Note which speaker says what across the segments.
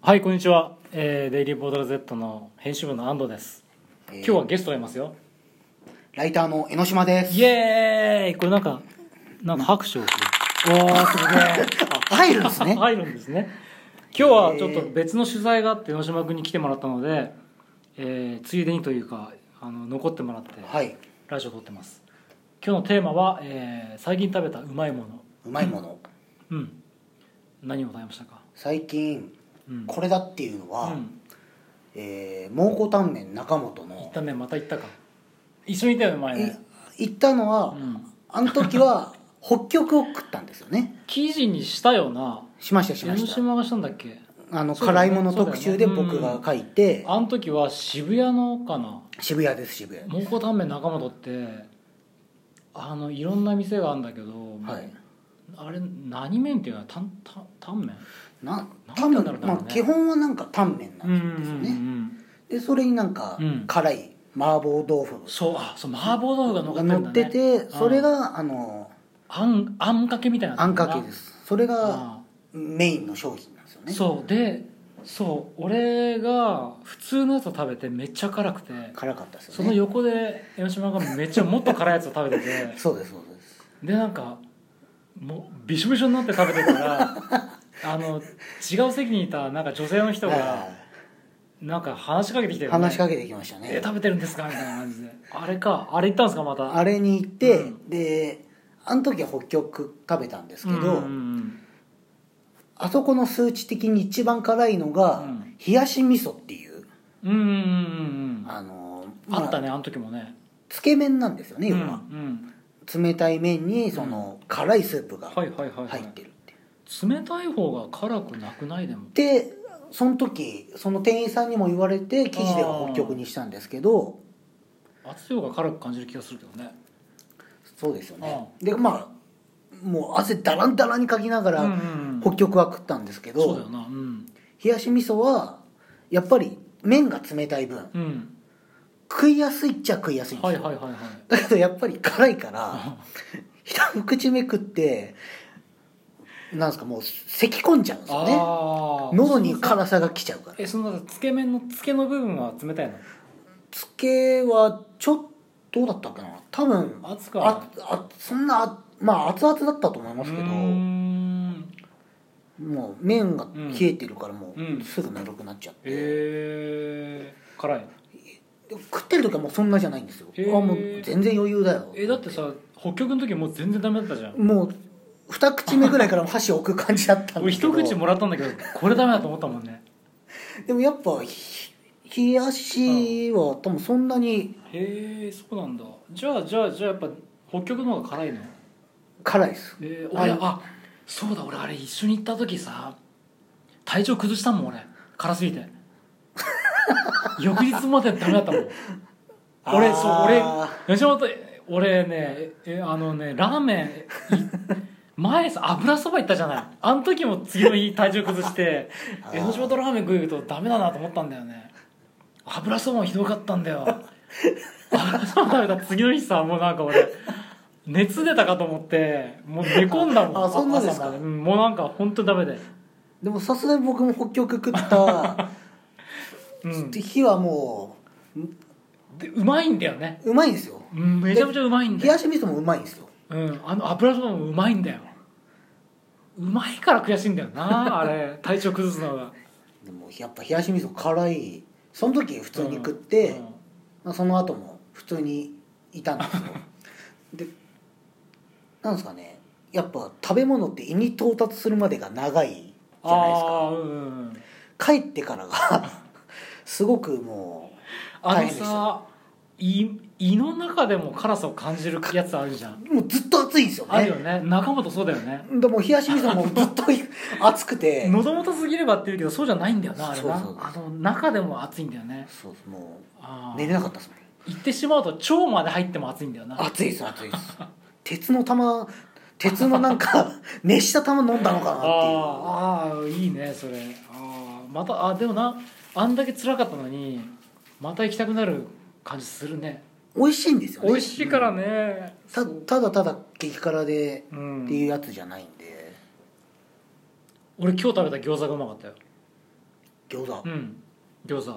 Speaker 1: はいこんにちは、えーデイリーボードル Z の編集部の安藤です、
Speaker 2: えー
Speaker 1: 今日はゲストがいますよ
Speaker 2: ライターの江ノ島です。
Speaker 1: イエーイこれなんかなんか拍手をするおーす
Speaker 2: 入るんです
Speaker 1: ごい
Speaker 2: ね。
Speaker 1: 入るんですね今日はちょっと別の取材があって野島君に来てもらったので、えーついでにというかあの残ってもらって
Speaker 2: はい。
Speaker 1: ラジオ撮ってます今日のテーマは、えー最近食べたうまいもの
Speaker 2: うまいもの。
Speaker 1: うん何を食べましたか
Speaker 2: 最近、
Speaker 1: うん
Speaker 2: これだっていうのは、
Speaker 1: うん
Speaker 2: えー蒙古タンメン中本
Speaker 1: 行っ
Speaker 2: の
Speaker 1: たねまた行ったか一緒に行ったよね前
Speaker 2: い
Speaker 1: ね
Speaker 2: 行ったのは、
Speaker 1: うん
Speaker 2: あの 時は北極を食ったんですよね。
Speaker 1: 記事にしたよな
Speaker 2: しましたしま
Speaker 1: 江ノ
Speaker 2: した。
Speaker 1: 島がしたんだっけ
Speaker 2: あの、
Speaker 1: そうだ
Speaker 2: 辛
Speaker 1: よね
Speaker 2: いもの特集で
Speaker 1: そうだよね
Speaker 2: 僕が書いて、
Speaker 1: あの時は渋谷のかな
Speaker 2: 渋谷です渋谷。
Speaker 1: 蒙古タンメン中本ってあのいろんな店があるんだけど、
Speaker 2: はい。
Speaker 1: あれ何麺っていうのはタンタンタンメン
Speaker 2: な
Speaker 1: なん
Speaker 2: タンメ
Speaker 1: なんだろうね
Speaker 2: ン、まあ基本はなんかタンメンなんですよね。
Speaker 1: ん
Speaker 2: でそれになんか、
Speaker 1: うん
Speaker 2: 辛い麻婆豆腐
Speaker 1: そうあそう麻婆豆腐が乗っか
Speaker 2: が
Speaker 1: ってんだ、ね、
Speaker 2: 乗ってて、それ
Speaker 1: うん
Speaker 2: があの
Speaker 1: あんあんかけみたいな
Speaker 2: あんかけですすそれがメインの商品なんですよね
Speaker 1: そうでそう俺が普通のやつを食べてめっちゃ辛くて
Speaker 2: 辛かったです
Speaker 1: そ
Speaker 2: よ
Speaker 1: の
Speaker 2: ね
Speaker 1: 横で江ノ島がめっちゃもっと辛いやつを食べてて
Speaker 2: そうですそうです
Speaker 1: でなんかもうびしょびしょになって食べてた らあの違う席にいたなんか女性の人
Speaker 2: は
Speaker 1: がなんか話しかけてきて
Speaker 2: い
Speaker 1: る、
Speaker 2: 話しかけてきました
Speaker 1: え
Speaker 2: ね
Speaker 1: 食べてるんですか?」みたいな感じであれかあれ行ったんですかまた
Speaker 2: あれに行って、
Speaker 1: う
Speaker 2: であの時は北極食べたんですけど、
Speaker 1: うんうん
Speaker 2: あそこの数値的に一番辛いのが、
Speaker 1: うん
Speaker 2: 冷やし味噌っていう
Speaker 1: うんうんうんうんうん
Speaker 2: あの
Speaker 1: あった
Speaker 2: ね
Speaker 1: ねあの時もね
Speaker 2: つけ麺なんですよね
Speaker 1: う
Speaker 2: 要
Speaker 1: んう
Speaker 2: は、
Speaker 1: ん
Speaker 2: 冷たい麺にその辛いスープが
Speaker 1: は
Speaker 2: 入
Speaker 1: いはいはい、はい、
Speaker 2: ってるっていう
Speaker 1: 冷たい方が辛くなくないでも
Speaker 2: でその時その店員さんにも言われて記事では北極にしたんですけど
Speaker 1: 熱い方が辛く感じる気がするけどね
Speaker 2: そうですよねでまあもう汗だらんだらにかきなが
Speaker 1: うんうん
Speaker 2: ら北極は食ったんですけ
Speaker 1: そ
Speaker 2: ど、
Speaker 1: うだよなうん
Speaker 2: 冷やし味噌はやっぱり麺が冷たい分
Speaker 1: うん
Speaker 2: 食いやすいっちゃ食いやすいんで
Speaker 1: は
Speaker 2: す
Speaker 1: い
Speaker 2: よ、
Speaker 1: はいはいはい
Speaker 2: だけどやっぱり辛いから一口目食ってなんですかもう咳き込んじゃうんですよね
Speaker 1: あー
Speaker 2: 喉に辛さが来ちゃうから
Speaker 1: えそのつけ麺のつけの部分は冷たいの
Speaker 2: つけはちょっとどうだったかな多分
Speaker 1: 熱か
Speaker 2: ああそんなあまあ熱々だったと思いますけど
Speaker 1: うーん
Speaker 2: もう麺が冷えてるからも
Speaker 1: うん
Speaker 2: うすぐぬるくなっちゃって、
Speaker 1: えー、辛い
Speaker 2: でも食ってる時はもうそんなじゃないんですよ、
Speaker 1: へー
Speaker 2: あもう全然余裕だよ
Speaker 1: えだってさ北極の時もう全然ダメだったじゃん
Speaker 2: もう二口目ぐらいから箸置く感じだったん
Speaker 1: 俺
Speaker 2: ですけ ど
Speaker 1: 一口もらったんだけどこれダメだと思ったもんね
Speaker 2: でもやっぱひ冷やしは多分そんなに
Speaker 1: へえそうなんだじゃあじゃあじゃあやっぱ北極の方が辛いの
Speaker 2: 辛いです
Speaker 1: えー、
Speaker 2: は
Speaker 1: 俺
Speaker 2: い
Speaker 1: あそうだ俺あれ一緒に行った時さ体調崩したもん俺辛すぎ て翌日までダメだったもん俺そう俺
Speaker 2: あ
Speaker 1: 吉本俺ねえあのねラーメンい前さ油そば行ったじゃないあの時も次の日体調崩して
Speaker 2: あー
Speaker 1: 江ノ島とラーメン食うとダメだなと思ったんだよね油そばもひどかったんだよ油そば食べた次の日さもうなんか俺熱出たかと思ってもう寝込んだもん
Speaker 2: あそんなですか
Speaker 1: 朝まうんもうなんか本当にダメで
Speaker 2: でもさすがに僕も北極 食った
Speaker 1: うん
Speaker 2: 日はも
Speaker 1: でうまいんだよね
Speaker 2: ううまいんですよ
Speaker 1: うんめちゃめちゃうまいんだよ
Speaker 2: 冷やし味噌もうまいんですよ
Speaker 1: うん、あの油そばもうまいんだようまいから悔しいんだよ なあれ体調崩すのが
Speaker 2: でもやっぱ冷やし味噌辛いその時普通に食って、
Speaker 1: うん
Speaker 2: まあその後も普通にいた んですよでなんですかねやっぱ食べ物って胃に到達するまでが長いじゃないです
Speaker 1: ああ
Speaker 2: か
Speaker 1: うんうんうん
Speaker 2: 帰ってからが すごくも
Speaker 1: あ
Speaker 2: 大
Speaker 1: の
Speaker 2: 変でした
Speaker 1: さ胃胃の中でも辛さを感じるやつあるじゃん
Speaker 2: うもうずっと暑いんですよ
Speaker 1: ある
Speaker 2: ね
Speaker 1: よね中本そうだよね
Speaker 2: でも冷やし味 噌もずっと暑くて
Speaker 1: 喉元すぎればっていうけどそうじゃないんだよなあれな
Speaker 2: そうそう
Speaker 1: あの中でも暑いんだよね
Speaker 2: そうですも
Speaker 1: ああ
Speaker 2: う寝れなかったですもん
Speaker 1: 行ってしまうと腸まで入っても暑いんだよな
Speaker 2: 暑いです暑いです鉄の玉鉄のな んか熱した玉飲んだのかなっていう
Speaker 1: あーあーいいねそれあーまたあでもなあんだけ辛かったのにまた行きたくなる感じするね
Speaker 2: 美味しいんですよね
Speaker 1: 美味しいからね、
Speaker 2: たただただ激辛で
Speaker 1: う、
Speaker 2: っていうんやつじゃないんで、
Speaker 1: 俺今日食べた餃子がうまかったよ
Speaker 2: 餃子、
Speaker 1: うん餃子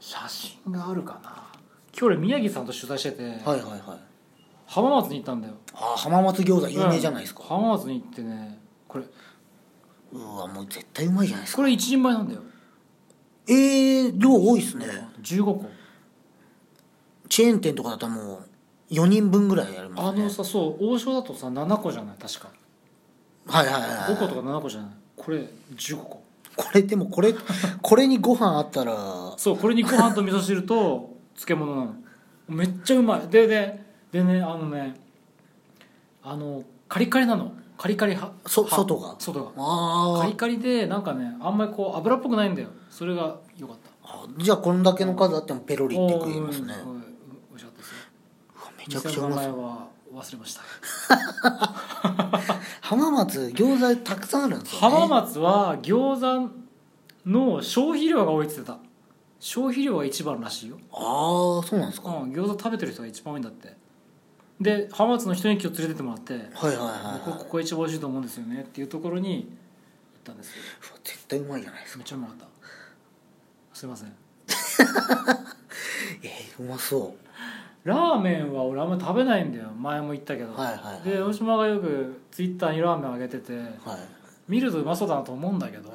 Speaker 1: 写真があるかな今日俺宮城さんと取材してて、
Speaker 2: はいはいはい
Speaker 1: 浜松に行ったんだよ
Speaker 2: あー浜松餃子有名じゃないですか、
Speaker 1: 浜松に行ってねこれ
Speaker 2: うわもう絶対うまいじゃないですか
Speaker 1: これ一人前なんだよ
Speaker 2: えー、量多いっすね
Speaker 1: 15個
Speaker 2: チェーン店とかだともう4人分ぐらいやりま
Speaker 1: あ
Speaker 2: すね
Speaker 1: のさそう王将だとさ7個じゃない確か
Speaker 2: はいはいはい
Speaker 1: 5個と
Speaker 2: はい
Speaker 1: か7個じゃないこれ15個
Speaker 2: これでもこ れこれにご飯あったら
Speaker 1: そうこれにご飯と味噌汁 と漬物なのめっちゃうまいでででねあのねあのカリカリなのカリカリは
Speaker 2: そ
Speaker 1: は
Speaker 2: 外が
Speaker 1: 外がカ
Speaker 2: あ
Speaker 1: リカリでなんかねあんまりこう油っぽくないんだよそれが良かった
Speaker 2: あじゃあこんだけの数あってもペロリって食えますね
Speaker 1: おーうんうん美味しかったですよ
Speaker 2: うわめちゃくち
Speaker 1: 店
Speaker 2: ゃう
Speaker 1: の名
Speaker 2: ま
Speaker 1: 前
Speaker 2: そう
Speaker 1: は忘れました
Speaker 2: 浜松餃子たくさんあるんですよ、ね、
Speaker 1: 浜松は餃子の消費量が多いって言ってた消費量が一番らしいよ、
Speaker 2: ああそうなんです
Speaker 1: う
Speaker 2: か、
Speaker 1: ん、餃子食べてる人が一番多いんだってで浜松の人に今日連れてってもらって
Speaker 2: はいはいはい
Speaker 1: こ
Speaker 2: はい
Speaker 1: こここが一番美味しいと思うんですよねっていうところに行ったんですよ
Speaker 2: うわ絶対うまいじゃないですか
Speaker 1: めっちゃうまかったすいません
Speaker 2: えー、うまそ
Speaker 1: ラーメンは俺あんま食べないんだよ前も言ったけど、
Speaker 2: うはいはい
Speaker 1: で大島がよくツイッターにラーメンあげてて
Speaker 2: はい
Speaker 1: 見るとうまそうだなと思うんだけ ど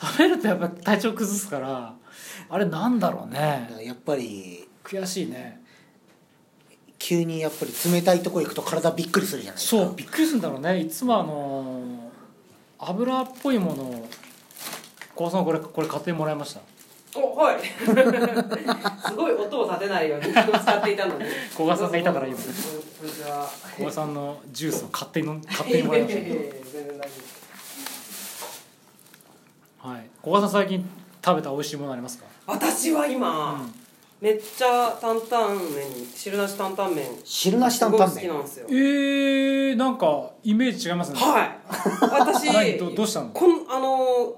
Speaker 1: 食べるとやっぱ体調崩すからあれなんだろう
Speaker 2: だか
Speaker 1: ね
Speaker 2: らやっぱり
Speaker 1: 悔しいね
Speaker 2: 急にやっぱり冷たいとこ行くと体びっくりするじゃないですか
Speaker 1: そうびっくりするんだろうねいつもあのー油っぽいものを高さんこれこれ買ってもらいました
Speaker 3: おはい すごい音を立てないように気を使っていたのに
Speaker 1: 小川さんがいたから今
Speaker 3: こんにちは
Speaker 1: 高さんのジュースを勝手 に飲ん勝手にもらいまし
Speaker 3: いやいやいや全然大丈夫です
Speaker 1: たはい小川さん最近食べた美味しいものありますか
Speaker 3: 私は今、めっちゃ担々麺に汁なし担々麺
Speaker 2: 汁なし担
Speaker 3: すごい
Speaker 2: 々
Speaker 3: 好き
Speaker 2: 麺
Speaker 3: なんですよ
Speaker 1: えー、なんかイメージ違いますね
Speaker 3: はい
Speaker 1: 何
Speaker 3: 私
Speaker 1: どどうしたの
Speaker 3: こんあの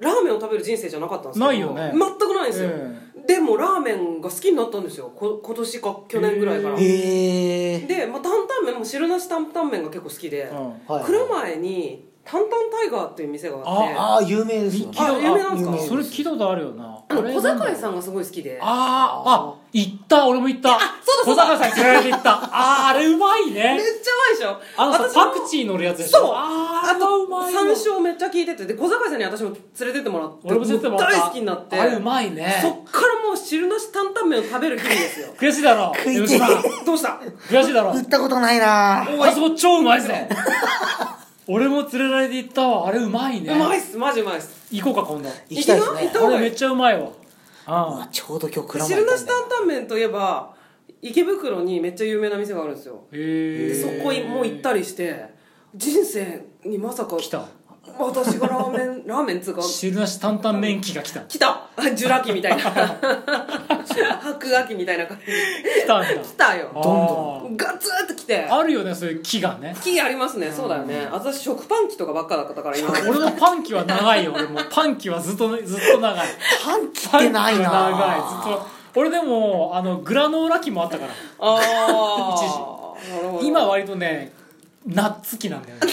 Speaker 3: ラーメンを食べる人生じゃなかったんですけど
Speaker 1: ないよね
Speaker 3: 全くないんですよ、
Speaker 1: え
Speaker 3: でもラーメンが好きになったんですよこ今年か去年ぐらいから、
Speaker 2: へえー
Speaker 3: で、まあ、担々麺も汁なし担々麺が結構好きで、
Speaker 1: うん
Speaker 2: はい
Speaker 3: 来る前に担々タイガーっていう店があって
Speaker 2: ああ有名ですよね
Speaker 3: あ有名なんですか
Speaker 2: 有名
Speaker 1: それ聞いたことあるよな
Speaker 3: あの小堺さ
Speaker 1: ん
Speaker 3: んがすごい好きであ
Speaker 1: あーあ行った俺も行った小堺さんに連れられて行ったあーあれうまい
Speaker 3: めっ
Speaker 1: ね
Speaker 3: ちゃうまいでしょ
Speaker 1: あのさ
Speaker 3: 私も
Speaker 1: パクチー乗るやつでしょ
Speaker 3: そう
Speaker 1: あーあ
Speaker 3: あ
Speaker 1: れは
Speaker 3: と
Speaker 1: うまい
Speaker 3: 山
Speaker 1: よ
Speaker 3: 椒めっちゃ効いててで小堺さんに私も連れてってもらって
Speaker 1: 俺も連れてってもらった
Speaker 3: 大好きになって
Speaker 1: あれうまいね
Speaker 3: そっからもう汁なし担々麺を食べる日々ですよ
Speaker 1: 悔しいだろ
Speaker 2: 食いてえ
Speaker 1: 江ノ島
Speaker 3: どうした
Speaker 1: 悔しいだろ
Speaker 2: 売ったことないな
Speaker 1: あそこ超うまい ぜ俺も連れられて行ったわあれうまいね
Speaker 3: うまいっすマジうまいっす
Speaker 1: 行こうか今度
Speaker 2: 行きたいです
Speaker 3: 行
Speaker 2: ね
Speaker 3: きな
Speaker 1: これめっちゃうまいわあ
Speaker 2: あちょうど今日蔵前
Speaker 3: 汁
Speaker 2: 行
Speaker 3: な
Speaker 2: った
Speaker 3: し
Speaker 2: んだ
Speaker 3: 担々麺といえば池袋にめっちゃ有名な店があるんですよ
Speaker 1: ーへ
Speaker 3: で
Speaker 1: え
Speaker 3: そこにもう行ったりして人生にまさか
Speaker 1: 来た
Speaker 3: 私がラーメンラーメンっつうか
Speaker 1: 汁なし担々麺機が来た来
Speaker 3: 来たジュラ紀みたいな白亜紀みたいな感じ
Speaker 1: たんだ
Speaker 3: 来たよ
Speaker 1: ど
Speaker 2: ん
Speaker 1: ん
Speaker 3: ガツンと来て
Speaker 1: あるよねそういう木がね
Speaker 3: 木ありますねそうだよね私食パン機とかばっかだったから今まで
Speaker 1: 俺のパンキは長いよ俺もうパンキはずっとずっと 長い
Speaker 2: パン切っ
Speaker 1: パンキは
Speaker 2: てないな
Speaker 1: 長いずっと俺でもあのグラノーラ機もあったから
Speaker 3: ああなるほど
Speaker 1: 今割とねナッツ機なんだ よね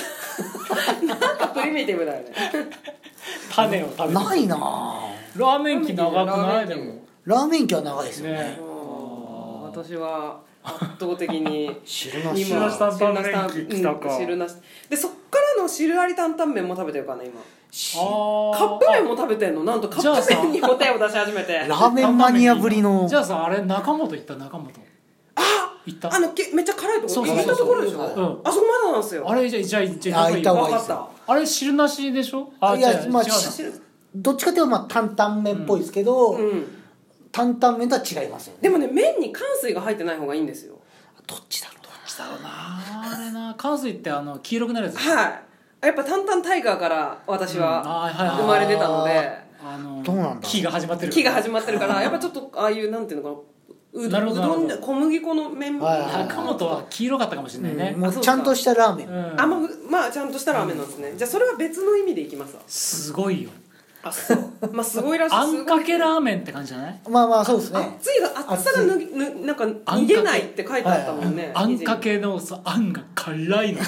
Speaker 3: なんかプリミティブだよね
Speaker 1: 種を食べる
Speaker 2: ないな
Speaker 1: ラーメン機長くないで
Speaker 3: ラーメ
Speaker 1: も
Speaker 2: ラーメン機は長いですよね
Speaker 1: ね
Speaker 3: うん私は圧倒的に
Speaker 2: 汁なし
Speaker 1: 汁なし担々麺
Speaker 3: 汁なし
Speaker 1: 来たか
Speaker 3: うん汁なしでそっからの汁あり担々麺も食べてるからね今
Speaker 2: し
Speaker 1: あー
Speaker 3: カップ麺も食べてんのなんとカ
Speaker 1: じゃあ
Speaker 3: ップ
Speaker 1: さ
Speaker 3: 麺に答えを出し始めて
Speaker 2: ラーメンマニアぶりの
Speaker 1: じゃあさあれ中本行った中本あ行った
Speaker 3: あのけめっちゃ辛いと
Speaker 1: そう
Speaker 3: こ
Speaker 1: そう
Speaker 3: 行ったところでしょ
Speaker 2: そう
Speaker 1: そううん
Speaker 3: あそこまだなんですよ
Speaker 1: あれじゃあじゃあじゃあ
Speaker 2: あ行った方
Speaker 3: わ
Speaker 2: がいい
Speaker 3: か
Speaker 2: で
Speaker 3: っ
Speaker 2: すよ
Speaker 3: た
Speaker 1: あれ汁なしでしょあ
Speaker 2: い
Speaker 1: 違
Speaker 2: や
Speaker 1: う
Speaker 2: まあ
Speaker 1: 違う
Speaker 2: しどっちかというとまあ担々麺っぽいですけど、
Speaker 3: うん
Speaker 2: 担々麺とは違いますよね
Speaker 3: でもね麺に乾水が入ってない方がいいんですよ
Speaker 2: どっちだろうな
Speaker 1: したろうなあれな関水ってあの黄色くなるやつ
Speaker 3: はいやっぱ担々タイガーから私
Speaker 1: うんあはい
Speaker 3: は
Speaker 1: はいはい
Speaker 3: 生まれてたので
Speaker 1: あの
Speaker 2: どうなんだ
Speaker 1: 木が始まってる
Speaker 3: 木が始まってるからやっぱちょっとああいうなんていうのかなう
Speaker 1: なるほ
Speaker 3: う
Speaker 1: どなる
Speaker 3: ど
Speaker 1: ほど
Speaker 3: んじゃ小麦粉の麺みた
Speaker 2: はい
Speaker 3: い
Speaker 2: はい
Speaker 3: な
Speaker 2: はい
Speaker 1: 中本は黄色かったかもしれないね、
Speaker 2: も
Speaker 3: あそううか
Speaker 2: ちゃんとしたラーメン、
Speaker 1: うん
Speaker 3: あんまふまあちゃんとしたラーメンなんですねじゃあそれは別の意味でいきますわ
Speaker 1: すごいよ
Speaker 3: あそうまあすごいらしい
Speaker 1: あ
Speaker 3: すご
Speaker 1: ん
Speaker 3: い
Speaker 1: かけラーメンって感じじゃない
Speaker 2: まあまあそうですね
Speaker 3: 熱いが熱さがぬぬなんか逃げないって書いてあったもんね
Speaker 1: あんかけのさあんが辛いの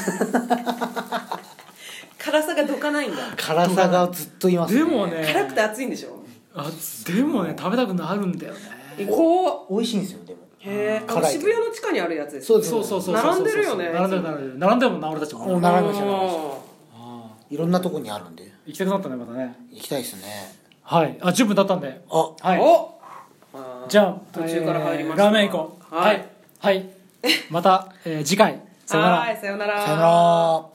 Speaker 3: 辛さがどかないんだ
Speaker 2: 辛さがずっといますね
Speaker 1: でもね
Speaker 3: 辛くて熱いんでしょ
Speaker 1: あでもね食べたくなるんだよね
Speaker 3: 行こう
Speaker 2: 美味しいんですよでも
Speaker 3: へえあ
Speaker 2: 辛い
Speaker 3: の渋谷の地下にあるやつです
Speaker 2: そうです
Speaker 1: そうそうそうそう
Speaker 3: 並んでるよね
Speaker 1: 並んでる並んでる並んでるもんな俺たち
Speaker 2: お
Speaker 1: もな
Speaker 2: 並びました
Speaker 3: あ
Speaker 2: 並びまし
Speaker 3: ー
Speaker 1: あー
Speaker 2: いろんなとこにあるんで
Speaker 1: 行きたくなったねまたね
Speaker 2: 行きたいですね
Speaker 1: はいあ10分経ったんで
Speaker 2: あ
Speaker 1: はい
Speaker 3: おあー
Speaker 1: じゃあ
Speaker 3: 途中から入りまし
Speaker 1: えー
Speaker 3: た
Speaker 1: ラーメン行こう
Speaker 3: はい
Speaker 1: はい、はいまた、えー次回さよなら
Speaker 3: はいさよなら
Speaker 2: さよなら